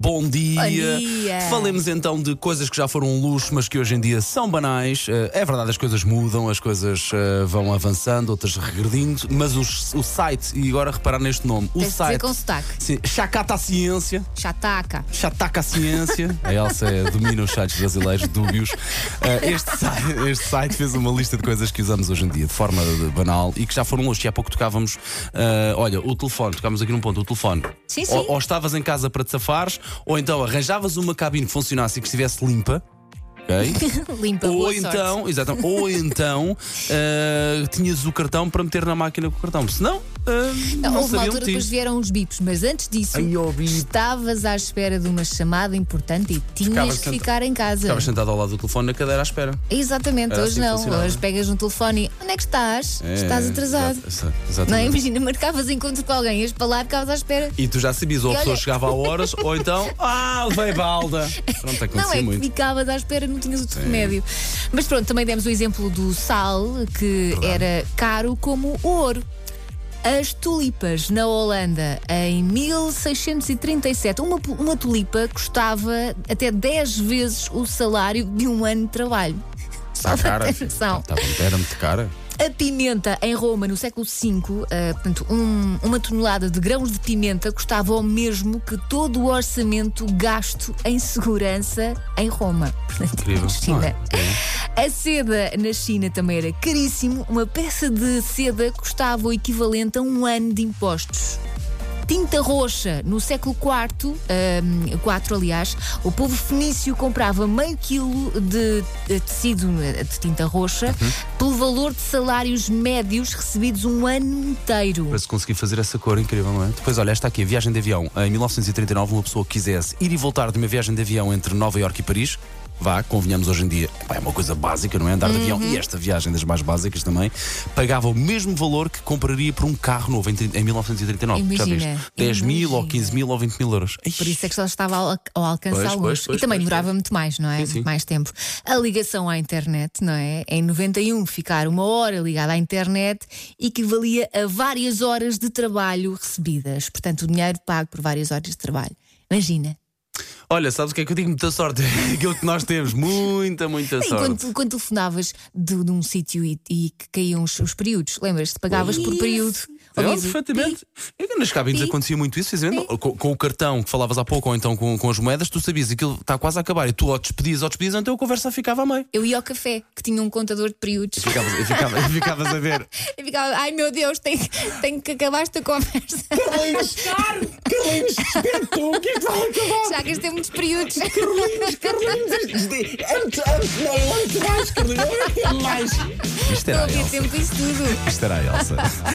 bom dia. dia. Falemos então de coisas que já foram um luxo, mas que hoje em dia são banais. Eh, É verdade, as coisas mudam, as coisas eh, vão avançando, outras regredindo, mas os- o site, e agora reparar neste nome, o Tens de dizer site. com sotaque. Sim, Chacata a Ciência. Chataca. Chataca a ciência. A Elsa é- domina os sites brasileiros dúbios. Ah, este, site, este site fez uma lista de coisas que usamos hoje em dia de forma de- banal e que já foram hoje. E há pouco tocávamos, ah, olha, o telefone, tocámos aqui num ponto, o telefone. Sim, sim. Ou, ou estavas em casa para te safares, ou então arranjavas uma cabine que funcionasse e que estivesse limpa. ok? Limpa. Ou boa então, exatamente, ou então ah, tinhas o cartão para meter na máquina com o cartão. Senão, ah, não, Sorte. Houve uma sabiam altura que de depois ti. vieram os bips, mas antes disso. Ai, ó, bip. Estavas à espera de uma chamada importante e tinhas Ficavas que senta- ficar em casa. Estavas sentado ao lado do telefone na cadeira à espera. Exatamente, Era hoje assim que não. funcionava. Hoje pegas no telefone e onde é que estás? estás atrasado. Exa- exa- Não é? Exatamente. Imagina, marcavas encontro com alguém, ias para lá e ficavas à espera. E tu já sabias, ou a E pessoa olha- chegava a horas, ou então, ah, levei balda. Pronto, Não acontecia é que muito. ficavas à espera, não tinhas outro remédio. Mas pronto, também demos o exemplo do sal, que era caro como o ouro. As tulipas na Holanda em 1637. Uma, pu- uma tulipa custava até 10 vezes o salário de um ano de trabalho. Só para ter noção. Tá bom, Era muito cara. A pimenta em Roma no século V, eh, portanto, um- uma tonelada de grãos de pimenta custava o mesmo que todo o orçamento gasto em segurança em Roma. Portanto, Incrível. China. Não é? A seda na China também era caríssimo. Uma peça de seda custava o equivalente a um ano de impostos. Tinta roxa, no século IV, ahm, IV, aliás, o povo fenício comprava meio quilo de eh, tecido eh, de tinta roxa pelo valor de salários médios recebidos um ano inteiro. Para se conseguir fazer essa cor incrível, não é? Depois, olha, esta aqui, a viagem de avião. Em 1939, uma pessoa que quisesse ir e voltar de uma viagem de avião entre Nova Iorque e Paris, vá, convenhamos hoje em dia, pá, é uma coisa básica, não é? Andar de avião Uhum. e esta viagem das mais básicas também, pagava o mesmo valor que compraria por um carro novo em, trin- em 1939. já Imagina, viste? 10 mil ou imagina. 15 mil ou 20 mil euros. Por isso é que só estava ao, alc- ao alcance Pois, de alguns. pois, pois, e também pois, demorava pois. muito mais, não é? Sim, sim. Muito mais tempo. A ligação à internet, não é? Em 91, ficar uma hora ligada à internet equivalia a várias horas de trabalho recebidas. Portanto, o dinheiro pago por várias horas de trabalho. Imagina. Olha, sabes o que é que eu digo? Muita sorte. É Aquilo que nós temos. Muita, muita sorte. Enquanto, quando telefonavas de, de um sítio e, e que caíam os, os períodos, lembras-te? Pagavas por período. É, Ouvias o perfeitamente. Eu, nas cabines pi, acontecia muito isso, precisamente. Com, com o cartão que falavas há pouco, ou então com, com as moedas, tu sabias aquilo está quase a acabar. E tu ou despedias ou despedias, então a conversa ficava a meio. Eu ia ao café, que tinha um contador de períodos. Ficavas, ficava- ficavas a ver. Eu ficava, ai meu Deus, tenho, tenho que acabar esta conversa. Carlinhos, Carlinhos, despertou. O que é que vai acabar? Já gastei muitos períodos. Antes, antes, não, antes mais, Carlinhos. Mais. Isto Não era a havia Elsa. tempo para isso tudo. Isto era a Elsa.